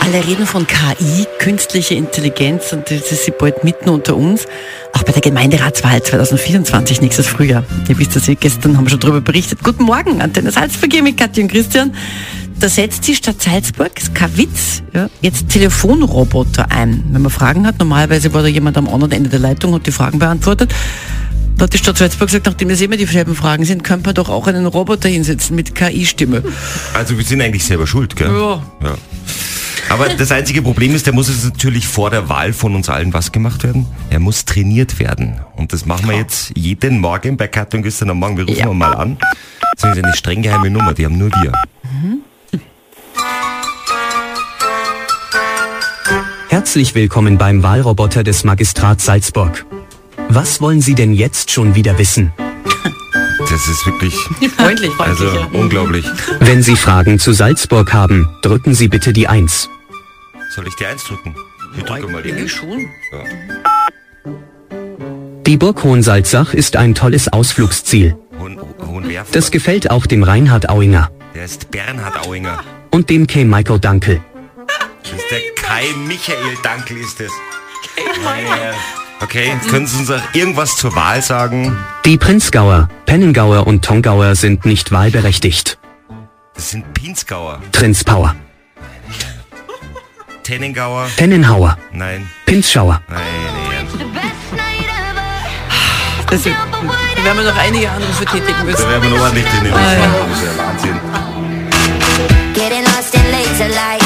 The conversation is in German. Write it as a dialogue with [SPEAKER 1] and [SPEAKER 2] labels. [SPEAKER 1] Alle reden von KI, künstliche Intelligenz und das ist sie bald mitten unter uns. Auch bei der Gemeinderatswahl 2024, nächstes Frühjahr. Ihr wisst das, wir gestern haben schon darüber berichtet. Guten Morgen, Antenne Salzburg hier mit Katja und Christian. Da setzt die Stadt Salzburg, ist kein Witz, ja, jetzt Telefonroboter ein. Wenn man Fragen hat, normalerweise war da jemand am anderen Ende der Leitung und die Fragen beantwortet. Da hat die Stadt Salzburg gesagt, nachdem es immer dieselben Fragen sind, könnte man doch auch einen Roboter hinsetzen mit KI-Stimme.
[SPEAKER 2] Also wir sind eigentlich selber schuld, gell?
[SPEAKER 1] Ja.
[SPEAKER 2] ja. Aber das einzige Problem ist, der muss jetzt natürlich vor der Wahl von uns allen was gemacht werden? Er muss trainiert werden. Und das machen wir jetzt jeden Morgen bei Katja und Christian am Morgen. Wir rufen
[SPEAKER 1] Ja.
[SPEAKER 2] wir mal an. Das ist eine streng geheime Nummer, die haben nur wir.
[SPEAKER 3] Herzlich willkommen beim Wahlroboter des Magistrats Salzburg. Was wollen Sie denn jetzt schon wieder wissen?
[SPEAKER 2] Das ist wirklich,
[SPEAKER 1] Freundlich, freundlich.
[SPEAKER 2] also
[SPEAKER 1] ja.
[SPEAKER 2] unglaublich.
[SPEAKER 3] Wenn Sie Fragen zu Salzburg haben, drücken Sie bitte die 1.
[SPEAKER 2] Soll ich die Eins drücken? Ich drücke mal die
[SPEAKER 1] Eigentlich
[SPEAKER 2] Eins.
[SPEAKER 1] schon.
[SPEAKER 2] Ja.
[SPEAKER 3] Die Burg Hohensalzach ist ein tolles Ausflugsziel.
[SPEAKER 2] Hohen, Hohenwerfer.
[SPEAKER 3] Das gefällt auch dem Reinhard Auinger
[SPEAKER 2] der ist Bernhard Auinger.
[SPEAKER 3] und dem K. Michael Dankel.
[SPEAKER 2] Das ist der Kai Michael Dankel ist es. Ja. Okay, können Sie uns auch irgendwas zur Wahl sagen?
[SPEAKER 3] Die Prinzgauer, Pennengauer und Tongauer sind nicht wahlberechtigt.
[SPEAKER 2] Das sind Pinzgauer,
[SPEAKER 3] Trinspauer,
[SPEAKER 2] Tennengauer.
[SPEAKER 3] Pennenhauer,
[SPEAKER 2] Nein,
[SPEAKER 3] Pinzschauer.
[SPEAKER 2] nein, nein.
[SPEAKER 1] Das, da werden wir noch einige Anrufe tätigen müssen.
[SPEAKER 2] Da werden wir noch ordentlich den
[SPEAKER 1] ja.
[SPEAKER 2] Das ist ja Wahnsinn.
[SPEAKER 4] Getting lost in laser light.